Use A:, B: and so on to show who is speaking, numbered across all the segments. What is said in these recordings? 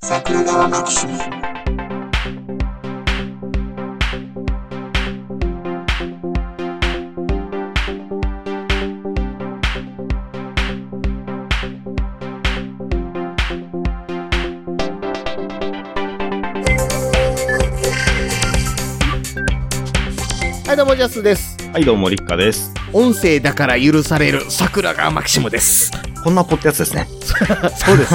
A: 桜川学習
B: はい、どうも、ジャスです。
C: はい、どうも、りっかです。
B: 音声だから許される桜川マキシムです。
C: こんなポッドやつですね。
B: そう です。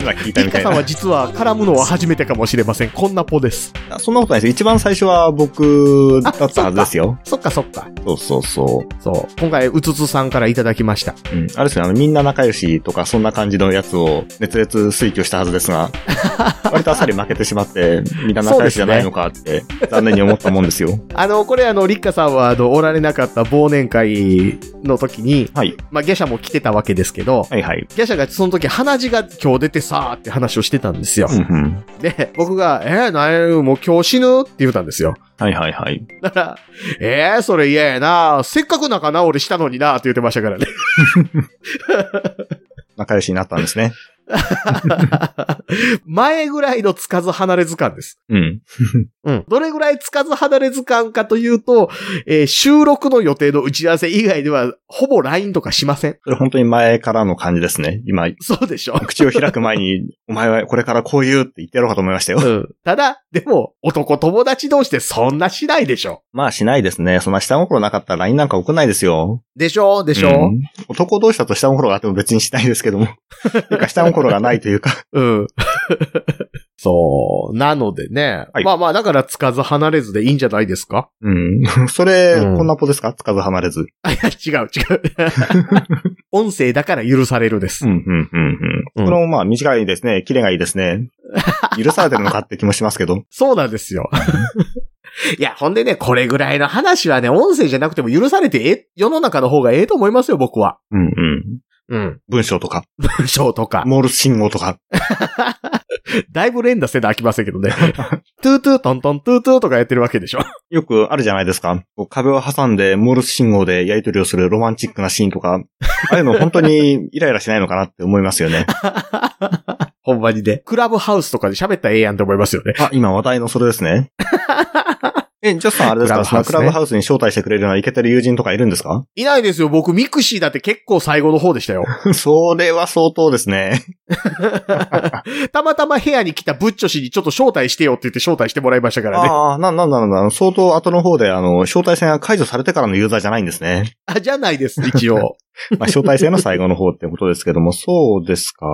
C: 今聞いた
B: リッ
C: みた
B: カ
C: い
B: さんは
C: な。
B: 実は絡むのは初めてかもしれません。こんなポです。
C: そんなことないですよ。一番最初は僕だったはずですよ。
B: そっかそっか。
C: そうそうそ
B: そう。今回、うつつさんからいただきました。
C: う。うん。あれですね、あの、みんな仲良しとか、そんな感じのやつを熱烈推挙したはずです が、割とあっさり負けてしまって、みんな仲良しじゃないのかって、残念に思ったもんですよ。
B: あの、これあの、リッカさんは、あの、おられなかった忘年会の時に、
C: はい。
B: まあ、ゲシャも来てたわけですけど、
C: はいはい。
B: ゲシャがその時鼻血が今日出てさーって話をしてたんですよ
C: う。んうん。
B: で、僕が、えー、なんもう今日死ぬって言ったんですよ。
C: はいはいはい。
B: だから、えー、それ嫌やなせっかく仲直りしたのになって言ってましたからね。
C: 仲良しになったんですね。
B: 前ぐらいのつかず離れ図鑑です。
C: うん。
B: うん。どれぐらいつかず離れ図鑑かというと、えー収録の予定の打ち合わせ以外では、ほぼ LINE とかしません。
C: それ本当に前からの感じですね。今、
B: そうでしょ
C: 口を開く前に、お前はこれからこう言うって言ってやろうかと思いましたよ
B: う。ん。ただ、でも、男友達同士でそんなしないでしょ。
C: まあしないですね。そんな下心なかったら LINE なんか送んないですよ。
B: でしょで
C: で
B: しょ
C: 男同士だと下心があっても別にしないですけども。 てか下心がないというか。
B: うん。 そう。なのでね。
C: はい
B: まあまあ、だからつかず離れずでいいんじゃないですか
C: うん。それ、
B: うん
C: こんなポですかつかず離れず。
B: あ、いや、違う、違う。 音声だから許されるです。
C: ん、うん、うん、
B: うん
C: これもまあ短いですね。キレがいいですね。許されてるのかって気もしますけど。
B: そうなんですよ。 いや、ほんでね、これぐらいの話はね、音声じゃなくても許されてええ、世の中の方がええと思いますよ、僕は。
C: うん、うん。
B: うん。
C: 文章とか、
B: 文章とか。
C: モールス信号とか。
B: だいぶ連打せな飽きませんけど ね。トゥートゥートントントゥートゥーとかやってるわけでしょ。
C: よくあるじゃないですか。こう壁を挟んでモールス信号でやり取りをするロマンチックなシーンとか。ああいうの本当にイライラしないのかなって思いますよね。
B: ほんまにね。クラブハウスとかで喋ったらええやんって思いますよね。
C: あ、今話題のそれです ね。え、ジョスさんあれですか
B: クラブハウスね
C: そのクラブハウスに招待してくれるようなイケてる友人とかいるんで すか
B: いないですよ、僕、ミクシーだって結構最後の方でした よ。
C: それは相当ですね。
B: たまたま部屋に来たブッチョ氏にちょっと招待してよって言って招待してもらいましたからね。
C: ああ、な、なんだなんだ、相当後の方で、あの、招待制が解除されてからのユーザーじゃないんで すね。
B: あ、じゃないです、一応。
C: まあ、招待制の最後の方ってことですけども、そうですか。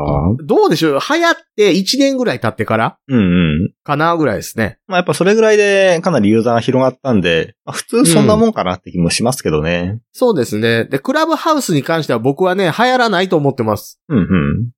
B: どうでしょう流行って1年ぐらい経ってから
C: うんうん。
B: かなぐらいですね。
C: まあ、やっぱそれぐらいでかなりユーザーが広がったんで、まあ、普通そんなもんかなって気もしますけどね。
B: そうですね。で、クラブハウスに関しては僕はね、流行らないと思ってます。
C: うんうん。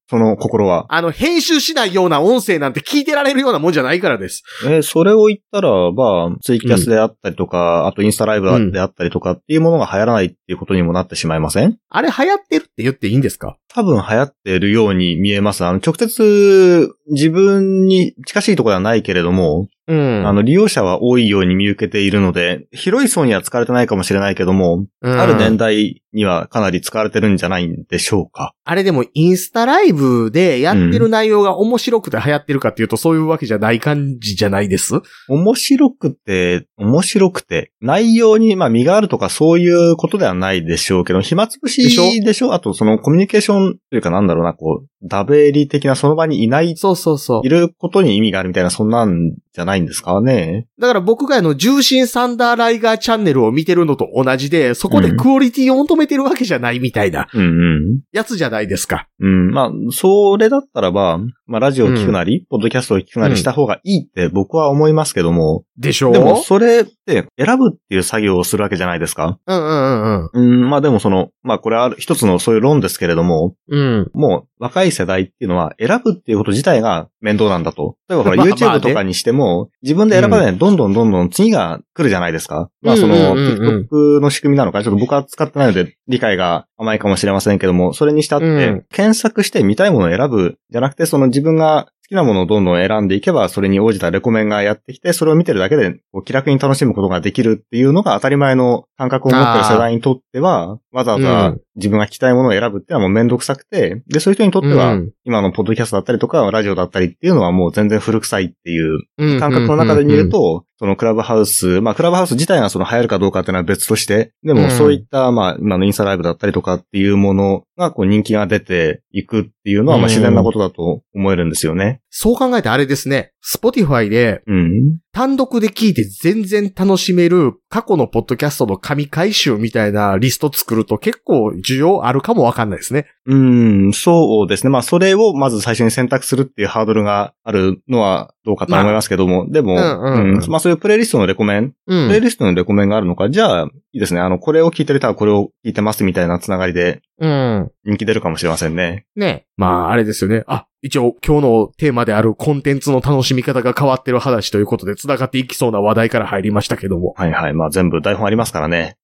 C: その心は。
B: あの、編集しないような音声なんて聞いてられるようなもんじゃないからです。
C: えーそれを言ったら、まあ、ツイキャスであったりとか、あとインスタライブであったりとかっていうものが流行らないっていうことにもなってしまいません
B: あれ流行ってるって言っていいんですか
C: 多分流行ってるように見えます。あの、直接自分に近しいところではないけれども、
B: うん
C: あの、利用者は多いように見受けているので、広い層には使われてないかもしれないけども、ある年
B: ね。
C: 代にはかなり使われてるんじゃないんでしょうか。
B: あれでもインスタライブでやってる内容が面白くて流行ってるかっていうとそういうわけじゃない感じじゃないです。
C: 面白くて、面白くて、内容に、まあ、身があるとかそういうことではないでしょうけど、暇つぶし
B: でしょ
C: でしょあと、そのコミュニケーションというかなんだろうな、こう、ダベリ的なその場にいない、
B: そうそうそう
C: い。ることに意味があるみたいな、そんなんじゃないんですかね。
B: だから僕があの、重心サンダーライガーチャンネルを見てるのと同じで、そこでクオリティを求めてるわけじゃないみたいな
C: うんうん。
B: やつじゃないですか。
C: うん。まあ、それだったらば、まあ、ラジオを聞くなり、ポッドキャストを聞くなりした方がいいって僕は思いますけども、
B: でしょう
C: でも、それって選ぶっていう作業をするわけじゃないですか。
B: うんうんうん
C: うん、まあでもその、まあこれは一つのそういう論ですけれども、
B: うん。うん。
C: もう若い世代っていうのは選ぶっていうこと自体が面倒なんだと。例えばほら
B: まあまあ
C: YouTube
B: ね
C: とかにしても、自分で選ばないでどんどんどんどん次が来るじゃないですか。まあその
B: うんうんうんうん
C: TikTok の仕組みなのか、ちょっと僕は使ってないので理解が甘いかもしれませんけども、それにしたっ
B: うん
C: て、検索して見たいものを選ぶじゃなくて、その自分が好きなものをどんどん選んでいけば、それに応じたレコメンがやってきて、それを見てるだけでこう気楽に楽しむことができるっていうのが当たり前の感覚を持ってる世代にとっては、わざわざ自分が聞きたいものを選ぶってのはもうめんどくさくて、で、そういう人にとっては、今のポッドキャストだったりとか、ラジオだったりっていうのはもう全然古臭いっていう感覚の中で見ると、そのクラブハウス、まあクラブハウス自体がその流行るかどうかっていうのは別として、で
B: うん
C: もそういった、まあ今のインスタライブだったりとかっていうものがこう人気が出ていくっていうのはまあ自然なことだと思えるんですよね。
B: そう考えてあれですね、Spotify で
C: うん。
B: 単独で聞いて全然楽しめる過去のポッドキャストの神回収みたいなリスト作ると結構需要あるかもわかんないですね。
C: うん、そうですね。まあ、それをまず最初に選択するっていうハードルがあるのはどうかと思いますけども、でも、
B: うんうんうん
C: うんまあ、そういうプレイリストのレコメン
B: う
C: プレイ。リストのレコメンがあるのか、じゃあ、いいですね。あの、これを聞いてる人はこれを聞いてますみたいなつながりで
B: うん。
C: 人気出るかもしれませんね。
B: ね。まあ、あれですよね。あ、一応今日のテーマであるコンテンツの楽しみ方が変わってる話ということで繋がっていきそうな話題から入りましたけども。
C: はいはい。まあ、全部台本ありますから ね。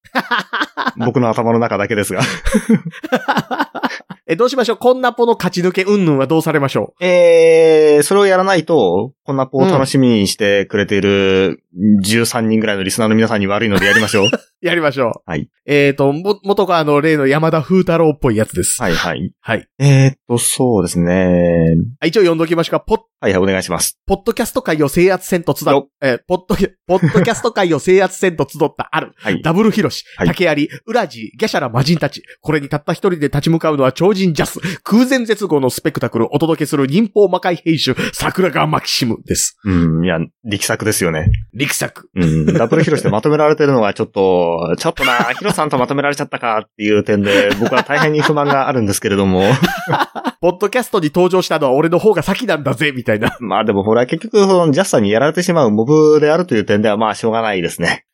C: 僕の頭の中だけですが。
B: え、どうしましょうこんなポの勝ち抜け云々はどうされましょ
C: えー、それをやらないと、こんな子を楽しみにしてくれている13人ぐらいのリスナーの皆さんに悪いのでやりましょう。
B: うやりましょう。
C: はい。
B: えっ、と、も、元があの、例の山田風太郎っぽいやつです。
C: はいはい。
B: はい。
C: えーっと、そうですね。
B: あ一応読んどきましょうか。ポッ
C: はいはい、お願いします。
B: ポッドキャスト界を制圧せんとつだ
C: よ、
B: えーポッドキャ、ポッドキャスト界を制圧せんと集ったある、
C: はい。
B: ダブルヒロシ、
C: はい
B: 竹槍、ウラジー、ギャシャラ魔人たち。これにたった一人で立ち向かうのは超人ジャス、空前絶後のスペクタクルをお届けする忍法魔界兵手、桜川マキシムです。
C: うん、いや、力作ですよね。
B: 力作。
C: うん、ダブルヒロシでまとめられてるのはちょっと、ちょっとな、ヒロさんとまとめられちゃったかっていう点で、僕は大変に不満があるんですけれども。
B: ポッドキャストに登場したのは俺の方が先なんだぜ、みたいな。
C: まあでもほら、結局、そのジャスさんにやられてしまうモブであるという点では、まあしょうがないです ね。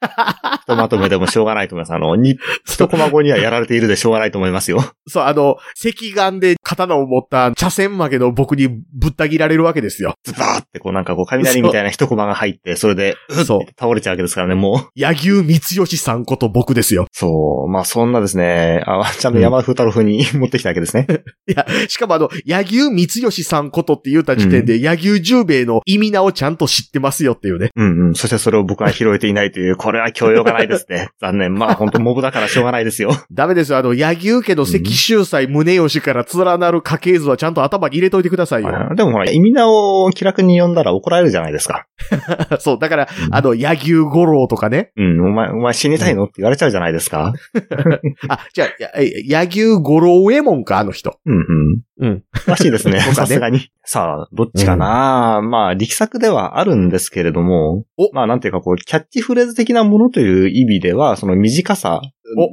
C: ひとまとめでもしょうがないと思います。あの、に、一コマ後にはやられているでしょうがないと思いますよ。
B: そう、あの、赤眼で刀を持った茶筅負けの僕にぶった切られるわけですよ。
C: ズバーってこうなんかこう雷みたいな一コマが入って、それで、うっ
B: そう
C: て倒れちゃうわけですからね、もう。
B: 柳生光義さんこと僕ですよ。
C: そう。まあ、そんなですね。あ、ちゃんと山田風太郎風に持ってきたわけですね。
B: いや、 しかもあの、柳生光義さんことって言った時点で、柳生十兵衛の意味名をちゃんと知ってますよっていうね。
C: うんうん。そしてそれを僕は拾えていないという、これは教養がないです ね。残念。まあ、本当モブだからしょうがないですよ。
B: ダメですよ。あの、柳生家の関秀才、宗義から連なる家系図はちゃんと頭に入れといてくださいよ。
C: あでもほら、意味名を気楽に呼んだら怒られるじゃないですか。
B: そう、だから、
C: うん
B: あの、柳生五郎とかね。
C: うん、お前、お前死にたいのって言われちゃうじゃないですか。
B: あ、じゃあ、やえ柳生五郎右衛門か、あの人。
C: うんう
B: う
C: ん。
B: ん。
C: らしいですね。
B: そうかね
C: さすがに。さあ、どっちかな、まあ、力作ではあるんですけれども、
B: お
C: まあ、なんていうか、こう、キャッチフレーズ的なものという意味では、その短さ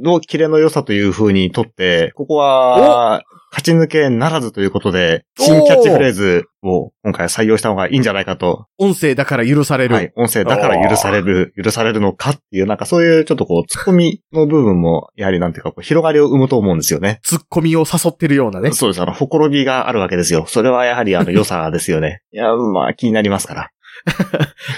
C: のキレの良さという風にとって、ここは、勝ち抜けならずということで、
B: お
C: 新キャッチフレーズを今回採用した方がいいんじゃないかと、
B: 音声だから許される。
C: はい、音声だから許される、許されるのかっていう、なんかそういうちょっとこう、突っ込みの部分も、やはりなんていうか、こう広がりを生むと思うんですよね。
B: ツッコミを誘ってるようなね。
C: そうです。あの、ほころびがあるわけですよ。それはやはりあの、良さですよね。 いや、まあ、気になりますから。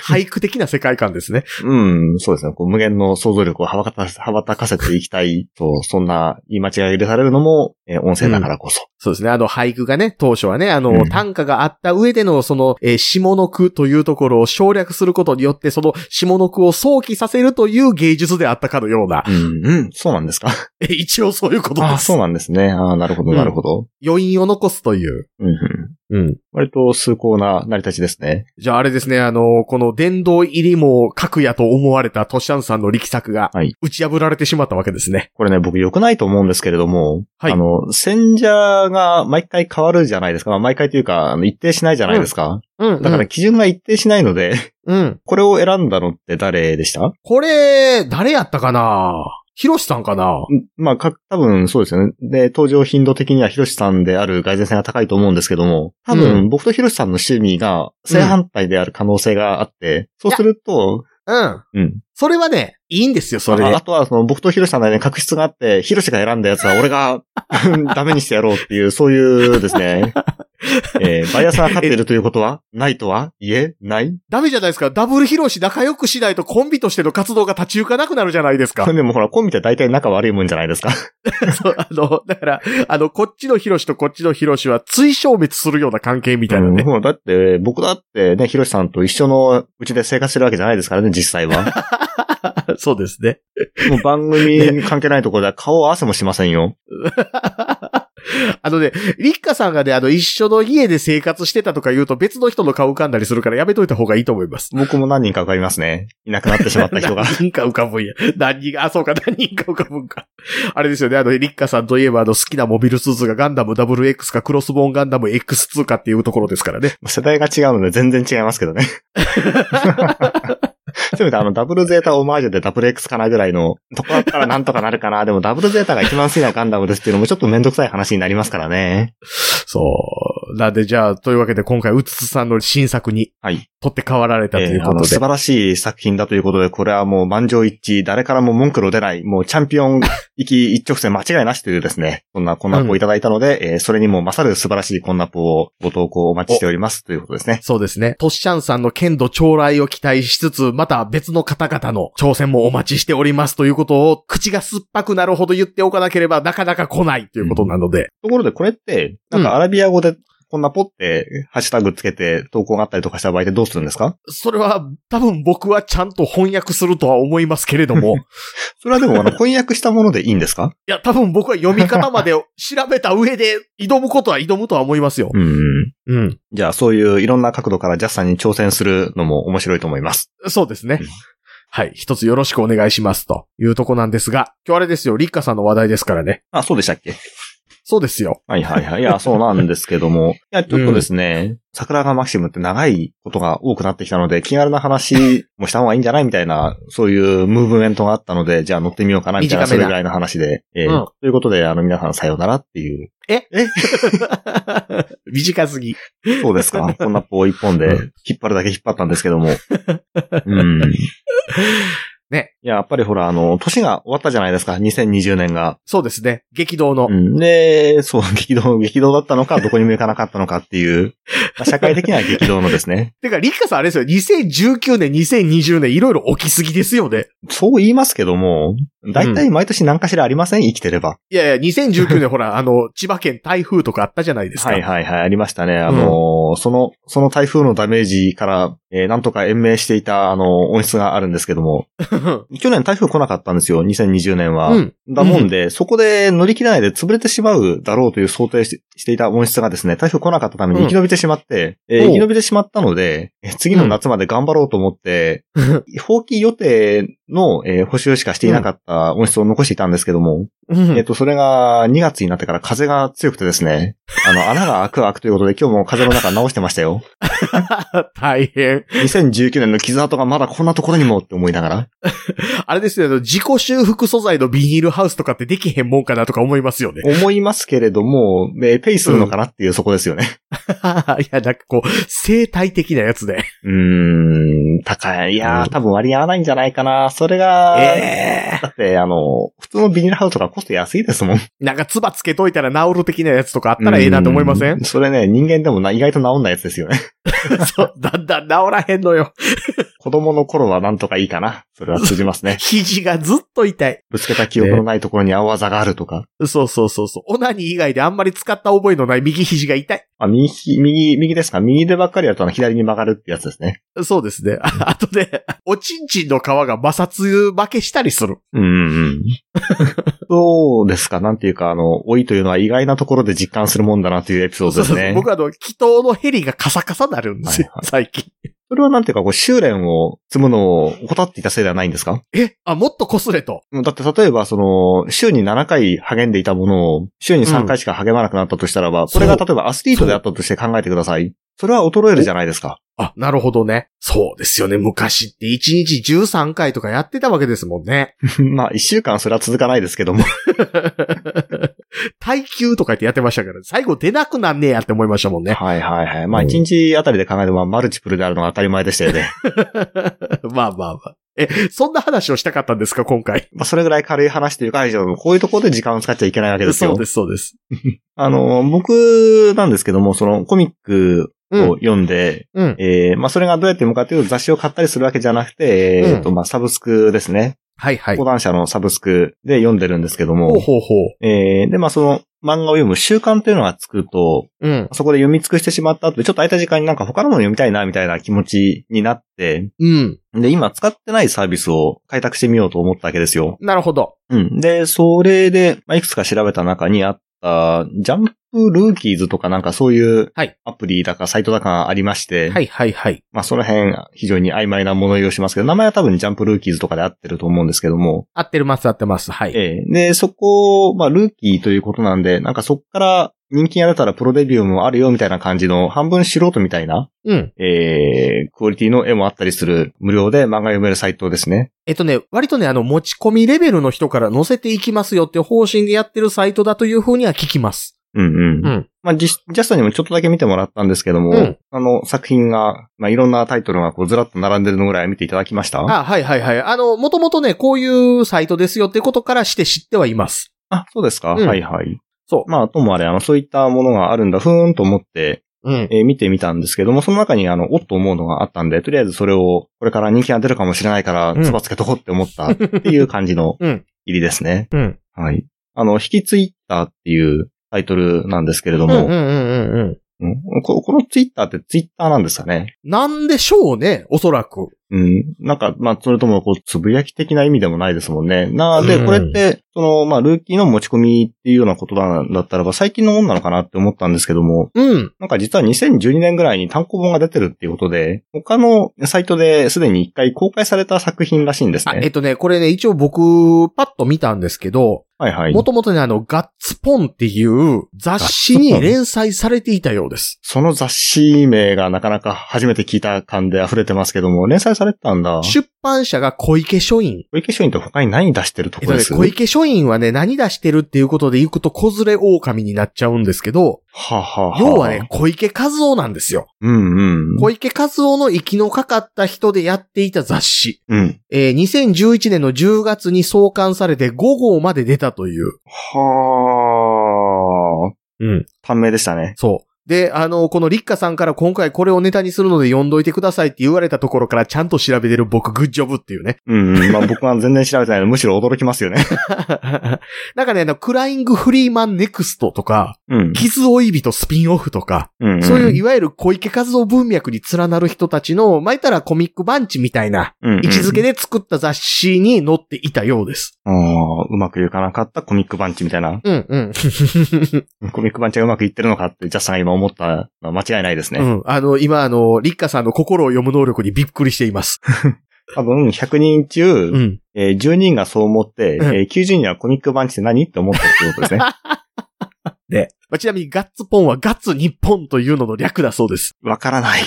B: 俳句的な世界観ですね。
C: うん、そうですね。こう無限の想像力を羽ばた羽ばたかせていきたいと、そんな言い間違いが許されるのも、えー音声だからこそ。
B: そうですね。あの、俳句がね、当初はね、あの、
C: うん
B: 短歌があった上での、その、えー下の句というところを省略することによって、その下の句を想起させるという芸術であったかのような、
C: うん、うん、そうなんですか。
B: え一応そういうことで
C: あ
B: す
C: そう。なんですね。ああ、なるほど、
B: うん
C: なるほど。
B: 余韻を残すという。
C: うん、うん。
B: うん。
C: 割と崇高な成り立ちですね。
B: じゃああれですね、あの、この殿堂入りも格やと思われたトシャンさんの力作が
C: はい、
B: 打ち破られてしまったわけですね。
C: これね、僕良くないと思うんですけれども、
B: はい
C: あの、選者が毎回変わるじゃないですか。まあ、毎回というか、あの一定しないじゃないですか。
B: うん
C: だから、基準が一定しないので、
B: うん。
C: これを選んだのって誰でした
B: これ、誰やったかなヒロシさんかな
C: まあ、か、多分そうですよね。で、登場頻度的にはヒロシさんである外然性が高いと思うんですけども、多
B: う
C: 分僕とヒロシさんの趣味が正反対である可能性があって、そうすると、
B: うん。
C: うん。
B: それはね、いいんですよ、それで
C: ああ。とは、その、僕とヒロシさんの間に確執があって、ヒロシが選んだやつは俺が ダメにしてやろうっていう、そういうで すね、えーバイアスが勝っているということは、ないとはいえ、ない
B: ダメじゃないですか。ダブルヒロシ仲良くしないとコンビとしての活動が立ち行かなくなるじゃない ですか。
C: でもほら、コンビって大体仲悪いもんじゃないですか。
B: そう、あの、だから、あの、こっちのヒロシとこっちのヒロシは追消滅するような関係みたいなね。
C: うんだって、僕だってね、ヒロシさんと一緒のうちで生活してるわけじゃないですからね、実際は。
B: そうですね。
C: もう番組に関係ないところでは顔合わせもしませんよ。
B: あのね、リッカさんがね、あの、一緒の家で生活してたとか言うと別の人の顔浮かんだりするからやめといた方がいいと思います。
C: 僕も何人か浮かびますね。いなくなってしまった 人が。
B: 何人か浮かぶんや。何人か、あ、そうか、何人か浮かぶんか。あれですよね、あの、リッカさんといえばあの、好きなモビルスーツがガンダム WX かクロスボーンガンダム X2 かっていうところですからね。
C: 世代が違うので全然違いますけどね。せめてあの、ダブルゼータオマージュでダブル X かなぐらいの、とこだったらなんとかなるかな。でもダブルゼータが一番好きなガンダムですっていうのもちょっとめんどくさい話になりますからね。
B: そう。なんで、じゃあ、というわけで今回、うつつさんの新作に、
C: はい。
B: 取って代わられたという
C: えー
B: こ
C: あの
B: とで。
C: 素晴らしい作品だということで、これはもう満場一致、誰からも文句の出ない、もうチャンピオン行き一直線間違いなしというですね、そんなコンナップをいただいたので、えーそれにも勝る素晴らしいコンナップをご投稿お待ちしておりますということですね。
B: そうですね。トッシャンさんの剣道将来を期待しつつ、また別の方々の挑戦もお待ちしておりますということを、口が酸っぱくなるほど言っておかなければなかなか来ないということなので。
C: ところでこれって、なん
B: う
C: か
B: ん
C: アラビア語でこんなポって、ハッシュタグつけて投稿があったりとかした場合ってどうするんですか
B: それは、多分僕はちゃんと翻訳するとは思いますけれども、
C: それはでもあの翻訳したものでいいんですか
B: いや、多分僕は読み方まで調べた上で、挑むことは挑むとは思いますよ。
C: うん。
B: うん。
C: じゃあそういういろんな角度からジャスさんに挑戦するのも面白いと思います。
B: そうですね
C: うん。
B: はい。一つよろしくお願いしますというとこなんですが、今日あれですよ、リッカさんの話題ですからね。
C: あ、そうでしたっけ
B: そうですよ。
C: はいはいはい。いや、そうなんですけど も。いや、ちょっとですね、桜川マキシムって長いことが多くなってきたので、気軽な話もした方がいいんじゃないみたいな、そういうムーブメントがあったので、じゃあ乗ってみようかなみたいな、
B: 短
C: そ
B: めだ
C: れぐらいの話で。えー
B: うん
C: ということで、あの、皆さんさようならっていう。
B: 短すぎ。
C: そうです か。こんな棒一本で
B: うん、
C: 引っ張るだけ引っ張ったんです けども。うん。
B: ね。
C: いや、やっぱりほら、あの、年が終わったじゃないですか。2020年が。
B: そうですね。激動の。
C: うん、で、そう、 激動、激動だったのか、どこにも行かなかったのかっていう、まあ社会的には激動のですね。
B: てか、リッカさんあれですよ。2019年、2020年、いろいろ起きすぎですよね。
C: そう言いますけども、だいたい毎年何かしらありません生きてれば。
B: いやいや、2019年 ほら、あの、千葉県台風とかあったじゃないですか。
C: はいはいはい、ありましたね。あのーその、その台風のダメージから、えーなんとか延命していた、あのー音質があるんですけども、去年台風来なかったんですよ、2020年は。
B: うん。
C: だもんで、そこで乗り切らないで潰れてしまうだろうという想定ししていた音質がですね、台風来なかったために生き延びてしまって、えー
B: おう
C: 生き延びてしまったので、えー次の夏まで頑張ろうと思って、放棄予定の、えー補修しかしていなかった音質を残していたんですけども、
B: うん
C: えっと、それが2月になってから風が強くてですね、あの、穴が開く開くということで今日も風の中直してまし たよ。
B: 大変。
C: 2019年の傷跡がまだこんなところにもって思いながら。
B: あれですよ、あの自己修復素材のビニールハウスとかってできへんもんかなとか思いますよね。
C: 思いますけれども、えーペイするのかなっていうそこですよね。
B: いや、なんかこう、生態的なやつで。
C: うーん、高い。いや
B: う
C: ー、
B: ん
C: 多分割に合わないんじゃないかな。それが、
B: ええ
C: だって、あの、普通のビニールハウスとかコスト安いですもん。
B: なんか、唾つけといたら治る的なやつとかあったらええなと思いません
C: うそれね、人間でもな、意外と治んないやつですよね。
B: そう、だんだん治らへんのよ。。
C: 子供の頃はなんとかいいかな。それは通じますね
B: 肘がずっと痛い。
C: ぶつけた記憶のないところに青技があるとか。
B: そうそうそうそう。オナニー以外であんまり使った覚えのない右肘が痛い。
C: あ、右ひ、右、右ですか右でばっかりやるとあの左に曲がるってやつですね。
B: そうですね。 ああとね、おちんちんの皮が摩擦負けしたりする。
C: うんうん。 そうですか。なんていうか、あの、老いというのは意外なところで実感するもんだなというエピソードですね。
B: 僕はあの、祈祷のヘリがカサカサなるんですよ、
C: はいはい
B: 最近。
C: それはなんていうか、こう、修練を積むのを怠っていたせいではないんですか
B: え、あ、もっと擦れと。
C: だって例えば、その、週に7回励んでいたものを、週に3回しか励まなくなったとしたらば、これが例えばアスリートであったとして考えてください。それは衰えるじゃないですか。
B: あ、なるほどね。そうですよね。昔って1日13回とかやってたわけですもんね。
C: まあ、1週間それは続かないですけども。
B: 耐久とか言ってやってましたから、最後出なくなんねえやって思いましたもん ね。
C: はいはいはい。まあ、
B: うん
C: 1日あたりで考えても、まあマルチプルであるのが当たり前でしたよね。
B: まあまあまあ。え、そんな話をしたかったんですか、今回。
C: まあ、それぐらい軽い話というか、以上こういうところで時間を使っちゃいけないわけですよ。
B: そうです、そうです。
C: あの、僕なんですけども、そのコミック
B: うん
C: を読んで、
B: うん。
C: えーまあ、それがどうやって読むかというと雑誌を買ったりするわけじゃなくて、えー
B: うん
C: と、まあ、サブスクですね。
B: はいはい
C: 講。談社のサブスクで読んでるんですけども
B: ほう、ほうほう。
C: えーで、まあ、その、漫画を読む習慣というのがつくと、
B: うん。
C: そこで読み尽くしてしまった後で、ちょっと空いた時間になんか他のもの読みたいな、みたいな気持ちになって、
B: うん。
C: で、今使ってないサービスを開拓してみようと思ったわけですよ。
B: なるほど。
C: うん。で、それで、まあ、いくつか調べた中にあった、ジャンプルーキーズとかなんかそういう
B: はい
C: アプリだかサイトだかありまして、
B: はいはいはい。
C: まあその辺非常に曖昧な物言いをしますけど、名前は多分ジャンプルーキーズとかで合ってると思うんですけども、
B: 合ってるます合ってます。はい。
C: ええで、そこ、まあルーキーということなんで、なんかそっから人気やれたらプロデビューもあるよみたいな感じの半分素人みたいな、
B: うん。
C: ええクオリティの絵もあったりする無料で漫画読めるサイトですね。
B: えっとね、割とね、あの、持ち込みレベルの人から載せていきますよって方針でやってるサイトだというふうには聞きます。
C: うんうん。
B: うん
C: まあ、ジジャストにもちょっとだけ見てもらったんですけども、
B: うん
C: あの、作品が、まあ、いろんなタイトルがこうずらっと並んでるのぐらい見ていただきましたあ
B: あ、はいはいはい。あの、もともとね、こういうサイトですよってことからして知ってはいます。
C: そうですか、
B: うん
C: はいはい。
B: そう。
C: まあ、ともあれ、あの、そういったものがあるんだ、ふーんと思って、
B: うん。
C: えー見てみたんですけども、その中に、あの、おっと思うのがあったんで、とりあえずそれを、これから人気が出るかもしれないから
B: うん、
C: つばつけとこうって思ったっていう感じの
B: うん
C: 入りですね。
B: うん。
C: はい。あの、引きツイッターっていうタイトルなんですけれど
B: うんう
C: も、
B: んうんうんうん。
C: うんここのツイッターってツイッターなんですかね
B: なんでしょうね、おそらく。
C: うん。なんか、まあ、それとも、こう、つぶやき的な意味でもないですもんね。な
B: う
C: で、
B: ん
C: これって、その、まあ、ルーキーの持ち込みっていうようなことなんだったらば、最近のもんなのかなって思ったんですけども、
B: うん。
C: なんか実は2012年ぐらいに単行本が出てるっていうことで、他のサイトですでに一回公開された作品らしいんです
B: あ、えっ
C: ね。
B: とね、これね、一応僕、パッと見たんですけど、
C: はいはい
B: も。ともとね、あの、ガッツポンっていう雑誌に
C: ガッツポン
B: 連載されていたようです。
C: その雑誌名がなかなか初めて聞いた感で溢れてますけども、連載されてたんだ。
B: 出版社が小池書院。
C: 小池書院って他に何出してると
B: えっ
C: ことで
B: ね、
C: す
B: 小池書院はね、何出してるっていうことで行くと、子連れ狼になっちゃうんですけど、
C: はあはあはあ
B: 要はね、、小池和夫なんですよ。
C: うんうん。
B: 小池和夫の息のかかった人でやっていた雑誌。
C: うん。
B: えー2011年の10月に創刊されて5号まで出たという。
C: はあ。
B: うん。
C: 短命でしたね。
B: そう。で、あの、この立花さんから今回これをネタにするので読んどいてくださいって言われたところからちゃんと調べてる僕グッジョブっていうね。
C: うん、うん。まあ僕は全然調べてないので、むしろ驚きますよね。
B: なんかね、あの、クライング・フリーマン・ネクストとか、
C: うん。
B: キズ・オイビとスピンオフとか、
C: うん、
B: そういういわゆる小池和夫文脈に連なる人たちの、まあ、言ったらコミックバンチみたいな
C: うん、うん
B: 位置づけで作った雑誌に載っていたようです。
C: あーうまくいかなかったコミックバンチみたいな。
B: うんうん。
C: コミックバンチがうまくいってるのかって、ジャスさんが今思ったのは間違いないですね。
B: うん。あの、今、あの、立花さんの心を読む能力にびっくりしています。
C: 多分、100人中、
B: うん。
C: えー10人がそう思って、
B: うん
C: えー90人はコミックバンチって何って思ったってこ とですね。
B: で、まあちなみにガッツポンはガッツ日本というのの略だそうです。
C: わか らない。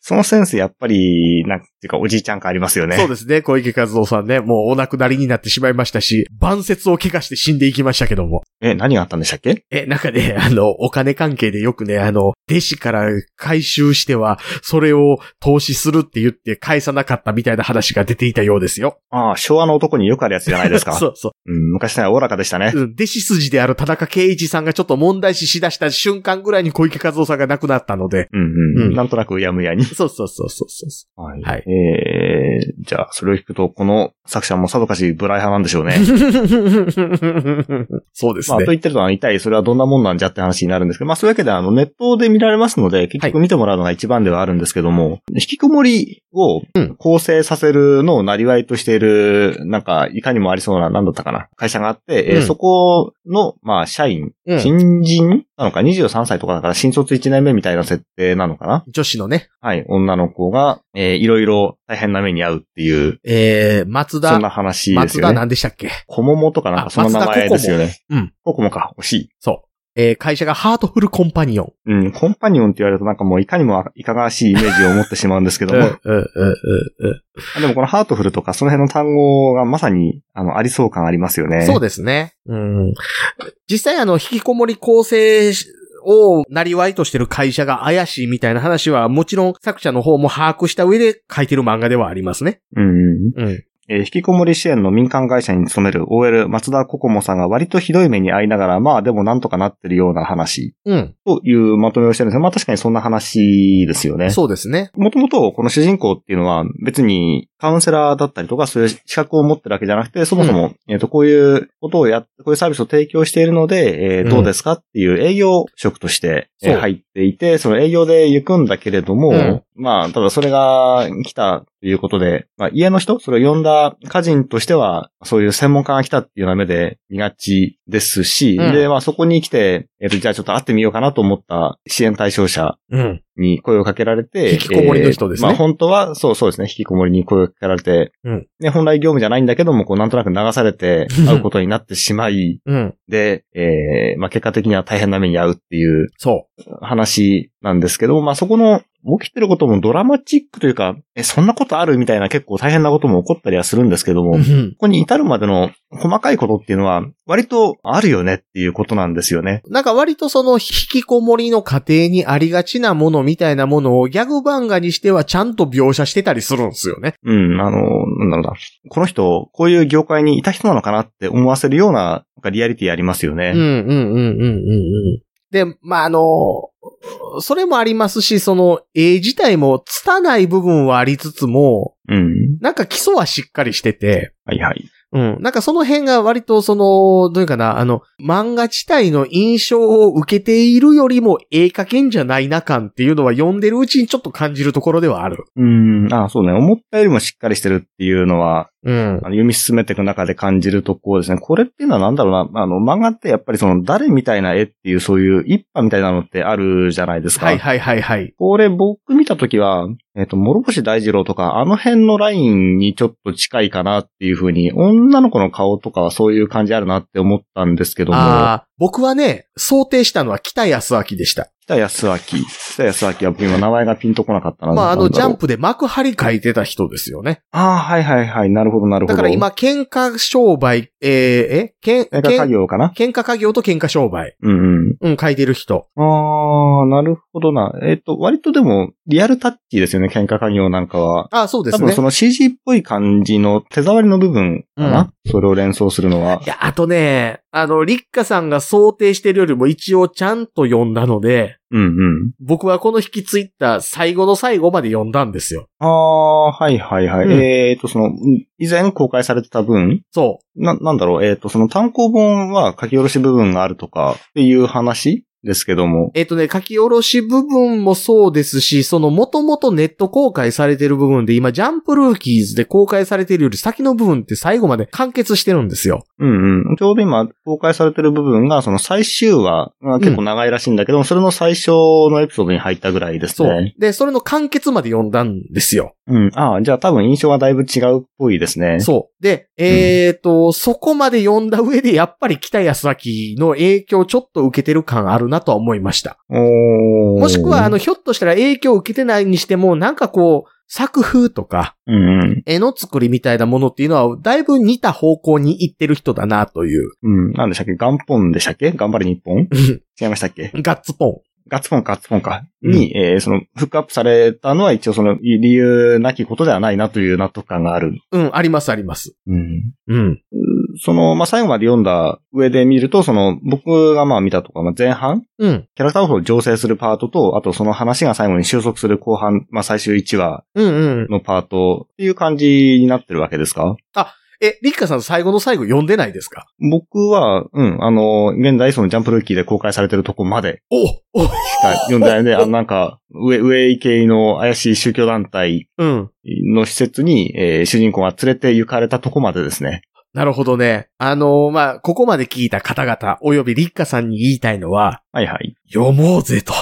C: そのセンス、やっぱり、なんていうか、おじいちゃん感ありますよね。
B: そうですね、小池和夫さんね、もうお亡くなりになってしまいましたし、晩節を怪我して死んでいきましたけども。
C: え、何があったんでしたっけ
B: え、なんかね、あの、お金関係でよくね、あの、弟子から回収しては、それを投資するって言って返さなかったみたいな話が出ていたようですよ。
C: ああ、昭和の男によくあるやつじゃないですか。
B: そうそう。
C: うん、昔ならおおらかでしたね。
B: うん、弟子筋である田中圭一さんがちょっと問題視しだした瞬間ぐらいに小池和夫さんが亡くなったので。
C: うん
B: う
C: うんん。なんとなくうやむやに。
B: そうそうそうそうそう。
C: はい
B: はい
C: えー、じゃあ、それを聞くと、この作者もさぞかしブライ派なんでしょうね。
B: そうです
C: まあ、と
B: ね。
C: 言ってるのは一体それはどんなもんなんじゃって話になるんですけど、まあ、そういうわけで、あの、ネットで見られますので、結局見てもらうのが一番ではあるんですけども、引きこもり
B: う
C: を
B: ん
C: 構成させるのをなりわいとしている、なんか、いかにもありそうな、なんだったかな、会社があって、えー
B: うん
C: そこの、まあ、社員、
B: うん
C: 新人なのか、23歳とかだから、新卒1年目みたいな設定なのかな
B: 女子のね、
C: はい、女の子が、えーいろいろ大変な目に遭うっていう、
B: えー、松
C: そ
B: 田
C: んな、話です
B: 松
C: よ
B: 田
C: ね。
B: 何でしたっけ
C: コモモとかなん
B: あ
C: かその名前ですよね。
B: うん。
C: ココモか、惜しい。
B: そう。えー、会社がハートフルコンパニオン。
C: うん、コンパニオンって言われるとなんかもういかにもいかがわしいイメージを持ってしまうんですけど も、
B: うんうんうんうん
C: あでもこのハートフルとかその辺の単語がまさに、あの、ありそう感ありますよね。
B: そうですね。うん。実際あの、引きこもり構成をなりわいとしてる会社が怪しいみたいな話は、もちろん作者の方も把握した上で書いてる漫画ではありますね。
C: うん。
B: うん。
C: えー引きこもり支援の民間会社に勤める OL 松田ココモさんが割とひどい目に遭いながら、まあでもなんとかなってるような話
B: うん。
C: というまとめをしてるんですがまあ確かにそんな話ですよね。
B: そうですね。
C: もともとこの主人公っていうのは別にカウンセラーだったりとかそういう資格を持ってるわけじゃなくて、そもそも、えっ、と、こういうことをやっ、こういうサービスを提供しているので、えー
B: うん
C: どうですかっていう営業職として、えー
B: そう
C: 入っていて、その営業で行くんだけれども、
B: うん
C: まあ、ただそれが来たということで、まあ家の人、それを呼んだ家人としては、そういう専門家が来たっていうような目で見がちですし、
B: うん
C: で、まあそこに来て、えっ、と、じゃあちょっと会ってみようかなと思った支援対象者
B: うん。
C: に声をかけられて、
B: 引きこもりの人ですね
C: えーまあ本当は、そうそうですね、引きこもりに声をかけられて、
B: うん
C: ね、本来業務じゃないんだけども、こうなんとなく流さ れて会うことになってしまい、
B: うん。
C: で、えーまあ結果的には大変な目に遭うっていう
B: そ
C: 話なんですけど、まあそこの起きてることもドラマチックというか、え、そんなことあるみたいな結構大変なことも起こったりはするんですけども、
B: う。う
C: こ
B: ん
C: こに至るまでの細かいことっていうのは、割とあるよねっていうことなんですよね。
B: なんか割とその引きこもりの過程にありがちなものみたいなものをギャグ漫画にしてはちゃんと描写してたりするんですよね。
C: うん、あの、なんだろうな。この人、こういう業界にいた人なのかなって思わせるような、なんかリアリティありますよ
B: う
C: ね。
B: んうんうんうんうんうん。で、まあ、あの、それもありますし、その絵自体も拙い部分はありつつも、
C: うん。
B: なんか基礎はしっかりしてて、
C: はいはい。
B: うん。なんかその辺が割とその、どういうかな、あの、漫画自体の印象を受けているよりも、ええ加減じゃないな感っていうのは読んでるうちにちょっと感じるところではある。
C: うん、あそうね。思ったよりもしっかりしてるっていうのは、
B: うん
C: あ。の読み進めていく中で感じるところですね。これっていうのはなんだろうな。あの、漫画ってやっぱりその誰みたいな絵っていうそういう一派みたいなのってあるじゃないですか。
B: はいはいはいはい。
C: これ僕見たときは、えっ、と、諸星大二郎とか、あの辺のラインにちょっと近いかなっていう風に、女の子の顔とかはそういう感じあるなって思ったんですけども、
B: ああ、僕はね、想定したのは北安明でした。
C: 北安明。北安明は僕今名前がピンとこなかったな。
B: まあ、あ
C: な
B: の、
C: ん
B: ジ
C: だろ
B: ャ
C: う
B: ン。プで幕張書いてた人ですよね。
C: ああ、はいはいはい。なるほどなるほ
B: だ
C: ど。
B: から今、喧嘩商売、えー、え喧
C: 映画家業かな
B: 喧嘩家業と喧嘩商売。
C: うん
B: うん、書いてる人。
C: うん。ああ、なるほどな。えっ、と、割とでも、リアルタッチですよね、喧嘩家業なんかは。
B: ああ、そうで
C: 多
B: す
C: 分
B: ね
C: そ。の CG っぽい感じの手触りの部分かな、それを連想するのは。
B: いや、あとね、あの、立花さんが想定してるよりも一応ちゃんと読んだので、
C: うんうん。
B: 僕はこの引き継いだ最後の最後まで読んだんですよ。
C: ああ、はいはいはい。
B: うん
C: えっ、と、その、うん以前公開されてた分、
B: そ
C: な、なんだろう、えっ、と、その単行本は書き下ろし部分があるとかっていう話ですけども
B: う。。えっ、とね、書き下ろし部分もそうですし、その元々ネット公開されてる部分で、今、ジャンプルーキーズで公開されてるより先の部分って最後まで完結してるんですよ。
C: うんうん。ちょうど今、公開されてる部分が、その最終話が結構長いらしいんだけども、それの最初のエピソードに入ったぐらいです
B: そう。
C: ね。
B: で、それの完結まで読んだんですよ。
C: うん。ああ、じゃあ多分印象がだいぶ違うっぽいですね。
B: そう。で、えっ、と、そこまで読んだ上で、やっぱり北安明の影響をちょっと受けてる感あるなとは思いました。
C: おー
B: もしくは、あの、、ひょっとしたら影響を受けてないにしても、なんかこう、作風とか、
C: うんうん。
B: 絵の作りみたいなものっていうのは、だいぶ似た方向に行ってる人だな、という。
C: うん。なんでしたっけ元本でしたっけ頑張れ 日本違いましたっけ
B: ガッツポン。
C: ガッツポンかガッツポンか。に、えーその、フックアップされたのは一応その、理由なきことではないなという納得感がある。
B: うん、あります、あります。
C: うん。
B: うん。
C: その、まあ、最後まで読んだ上で見ると、その、僕がまあ見たとか、まあ、前半
B: うん。
C: キャラクターを醸成するパートと、あとその話が最後に収束する後半、まあ、最終1話
B: うんうん。
C: のパートっていう感じになってるわけですか
B: え、リッカさん最後の最後読んでないですか
C: 僕は、うん、あの、現在そのジャンプルーキーで公開されてるとこまで
B: おお
C: しか読んでないので、あのなんか、上、上井系の怪しい宗教団体
B: うん。
C: の施設に、えー主人公が連れて行かれたとこまでですね。
B: なるほどね。あのーまあ、ここまで聞いた方々、およびリッカさんに言いたいのは、
C: はいはい。
B: 読もうぜと。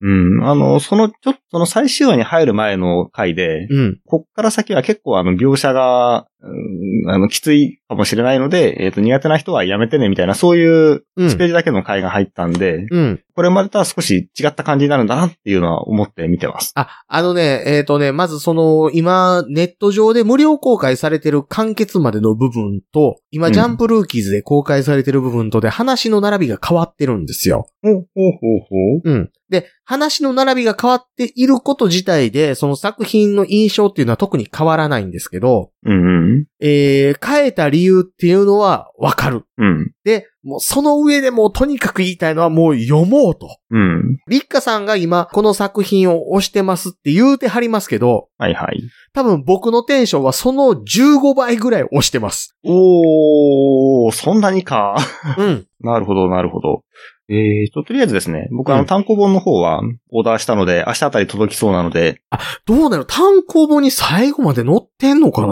C: うん。あの、その、ちょっと、その最終話に入る前の回で、
B: うん。
C: こっから先は結構あの、描写が、うんあの、きついかもしれないので、えっ、と、苦手な人はやめてね、みたいな、そういう
B: う
C: 1ペー
B: ん。
C: ジだけの回が入ったんで、
B: うん。
C: これまでとは少し違った感じになるんだなっていうのは思って見てます。
B: あ、あのね、えっ、とね、まずその、今、ネット上で無料公開されてる完結までの部分と、
C: う
B: 今、
C: ん
B: ジャンプルーキーズで公開されてる部分とで、話の並びが変わってるんですよ。
C: ほうほうほうほう。
B: うん。で、話の並びが変わっていること自体で、その作品の印象っていうのは特に変わらないんですけど、
C: うんうん。
B: えー、変えた理由っていうのはわかる。
C: うん。
B: で、もうその上でもうとにかく言いたいのはもう読もうと。
C: うん。
B: 立花さんが今この作品を推してますって言うてはりますけど、
C: はいはい。
B: 多分僕のテンションはその15倍ぐらい推してます。
C: おー、そんなにか。
B: うん。
C: なるほど、なるほど。えーと、とりあえずですね、僕、あ
B: う
C: の、
B: ん
C: 単行本の方は、オーダーしたので、明日あたり届きそうなので、
B: どうなる単行本に最後まで載ってんのかな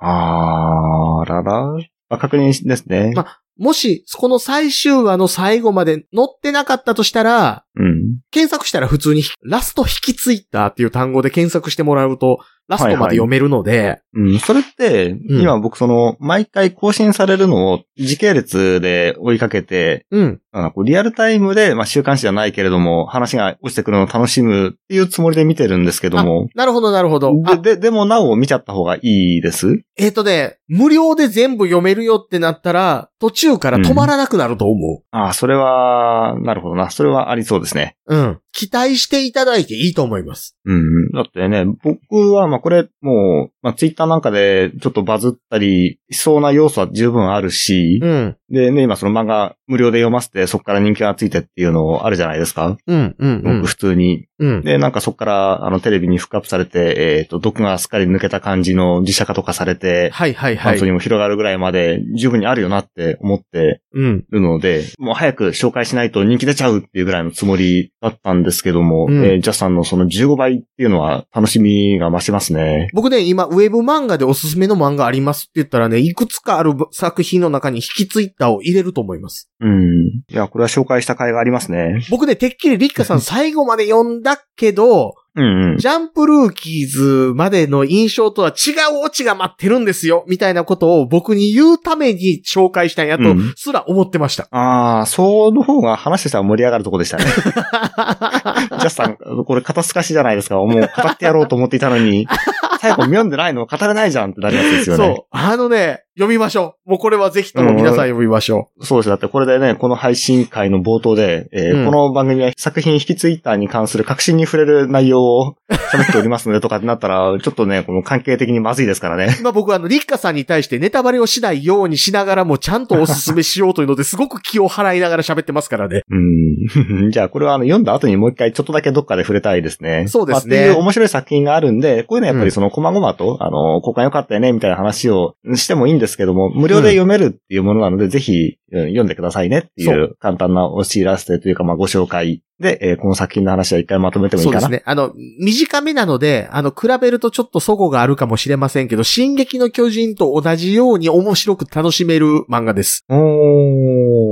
C: あーらら、あ確認ですね。
B: まもし、この最終話の最後まで載ってなかったとしたら、
C: うん。
B: 検索したら普通にラスト引きツイッターっていう単語で検索してもらうと、ラストまで読めるので、
C: うん、それって、
B: ん
C: 今僕その、毎回更新されるのを時系列で追いかけて、
B: うん。
C: あのこうリアルタイムで、まあ、週刊誌じゃないけれども、話が落ちてくるのを楽しむっていうつもりで見てるんですけども、
B: なるほど、なるほど。あ、
C: で、ででもなお見ちゃった方がいいです
B: えっ、とね、無料で全部読めるよってなったら、途中から止まらなくなると思
C: ああ、それは、なるほどな。それはありそうですね。
B: う。うん。期待していただいていいと思います。
C: うん。だってね、僕は、まあこれ、もう、まあツイッターなんかでちょっとバズったりしそうな要素は十分あるし、
B: ん。
C: でね、今その漫画無料で読ませてそこから人気がついてっていうのあるじゃないですか。
B: うん、うん、う
C: 僕
B: ん。
C: 普通に。
B: うん。
C: で、なんかそこから、あの、テレビにフックアップされて、えっ、と、毒がすっかり抜けた感じの自社化とかされて、
B: はい、はい、
C: ファ
B: は
C: ントに
B: い。
C: も広がるぐらいまで十分にあるよなって思って
B: うん。
C: るので、もう早く紹介しないと人気出ちゃうっていうぐらいのつもりだったんですけども、
B: うん
C: えージャスさんのその15倍っていうのは楽しみが増しますね。
B: 僕ね、今、ウェブ漫画でおすすめの漫画ありますって言ったらね、いくつかある作品の中に引きツイッターを入れると思います。
C: うん。いや、これは紹介した甲斐がありますね。
B: 僕ね、てっきりリッカ さん最後まで読んだけど、
C: うんうん。
B: ジャンプルーキーズまでの印象とは違うオチが待ってるんですよ、みたいなことを僕に言うために紹介したんやと
C: うん
B: すら思ってました。
C: ああ、その方が話としては盛り上がるとこで したね。ジャスさん、これ肩透かしじゃないですか。もう語ってやろうと思っていたのに、最後読んでないの語れないじゃんってなるやつですよね。
B: そう。あのね、読みましょう。もうこれはぜひとも皆さん読みましょ
C: そうです。だってこれでね、この配信会の冒頭で、えー
B: うん
C: この番組は作品引きツイッターに関する確信に触れる内容を喋っておりますのでとかってなったら、 ちょっとね、この関係的にまずいですからね。
B: う。今僕はあの、リッカさんに対してネタバレをしないようにしながらもちゃんとおすすめしようというのですごく気を払いながら喋ってますからね。
C: うん。 じゃあこれはあの、読んだ後にもう一回ちょっとだけどっかで触れたいですね。
B: そうですね
C: まあっていう面白い作品があるんで、こういうのはやっぱ
B: うん
C: りその、こまごまと、あの、交換良かったよね、みたいな話をしてもいいんですけども、無料で読めるっていうものなので、ぜひ、うん読んでくださいねってい
B: そう
C: 簡単なお知らせというか、まあ、ご紹介で、えーこの作品の話は一回まとめてもいい
B: そう
C: か
B: で
C: な
B: す。ね。あの、短めなので、あの、比べるとちょっと齟齬があるかもしれませんけど、進撃の巨人と同じように面白く楽しめる漫画です。
C: おー、おー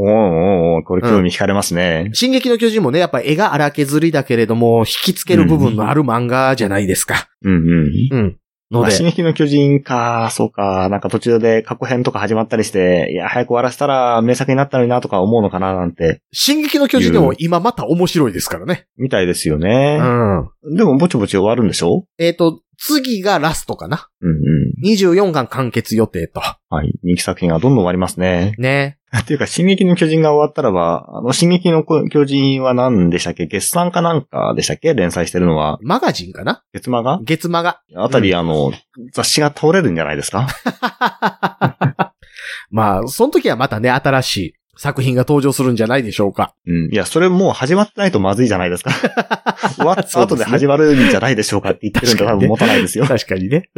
C: おーこれ興味惹かれますね。
B: 進撃の巨人もね、やっぱ絵が荒削りだけれども、引きつける部分のある漫画じゃないですか。
C: うんうん。
B: うん。の
C: まあ、進
B: で、
C: 撃の巨人か、そうか、なんか途中で過去編とか始まったりして、いや、早く終わらせたら名作になったのになとか思うのかななんて、
B: 進撃の巨人でも今また面白いですからね。
C: みたいですよ
B: う
C: ね。
B: ん。
C: でもぼちぼち終わるんでしょ
B: えっ、と、次がラストかな。
C: うんうん。
B: 24巻完結予定と。
C: はい。人気作品がどんどん終わりますね。
B: ね。
C: っていうか、進撃の巨人が終わったらば、あの、進撃の巨人は何でしたっけ月産かなんかでしたっけ連載してるのは、
B: マガジンかな
C: 月間が
B: 月間が。
C: あたり、あの、雑誌が倒れるんじゃないですか
B: まあ、その時はまたね、新しい作品が登場するんじゃないでしょうか。
C: うん。いや、それもう始まってないとまずいじゃないですか。 終わった後で始まるんじゃないでしょうかって言ってるんで多分持たないですよ。
B: 確かにね。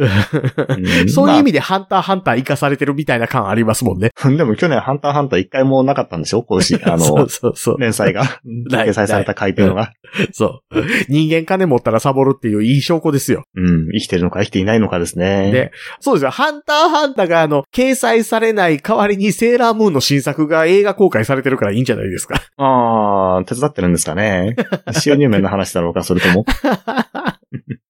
C: ん
B: そういう意
C: ま
B: 味でハンターハンター生かされてるみたいな感ありますもんね。
C: あでも去年ハンターハンター一回もなかったんでしょこうし、あ
B: そ
C: の
B: う、そうそう。
C: 連載が、
B: ない
C: 掲載された回っていうのが。
B: そう。人間金持ったらサボるっていういい証拠ですよ。
C: うん。生きてるのか生きていないのかですね。
B: でそうですよ。ハンターハンターがあの、掲載されない代わりにセーラームーンの新作が映画公開されてるからいいんじゃないですか。
C: ああ、手伝ってるんですかね。収入面の話だろうか、それとも。っ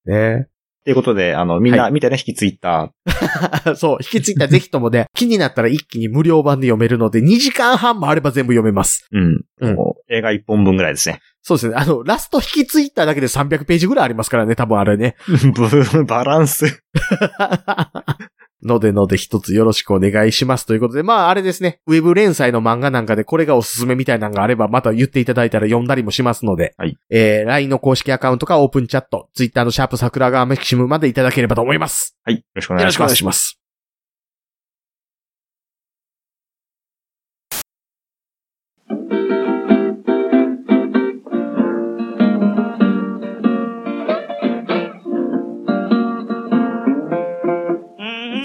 B: ね
C: ていうことで、あの、みん
B: は
C: な見てね、引きツイッタ
B: そう。引き継いだぜひともね、気になったら一気に無料版で読めるので、2時間半もあれば全部読めます。
C: ー。うん。
B: うん
C: もう映画一本分ぐらいですね。
B: そうですね。あの、ラスト引き継いだだけで300ページぐらいありますからね、多分あれね。
C: ブ バランス。
B: のでので一つよろしくお願いしますということで、まああれですね、ウェブ連載の漫画なんかでこれがおすすめみたいなのがあれば、また言っていただいたら読んだりもしますので、
C: はい
B: えー、LINE の公式アカウントかオープンチャット、Twitter のシャープ桜川メキシムまでいただければと思います。
C: はい。よろしくお
B: よ
C: 願
B: ろ
C: い
B: し
C: し
B: くお
C: ま
B: 願い
C: す
B: し。ます。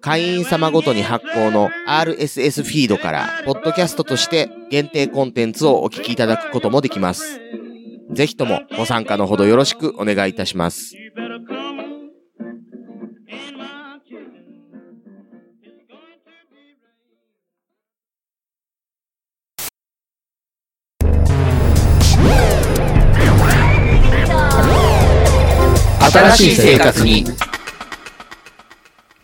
B: 会員様ごとに発行の RSS フィードから、ポッドキャストとして限定コンテンツをお聞きいただくこともできます。ぜひともご参加のほどよろしくお願いいたします。
D: 新しい生活に。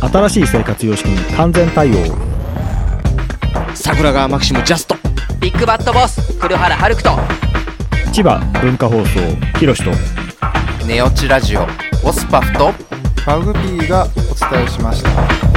E: 新しい生活様式に完全対応。
F: 桜川マキシムジャスト。
G: ビッグバットボス黒原遥人
E: 千葉文化放送、ひろしと。
D: ネオチラジオ。オスパフと
H: マグピーがお伝えしました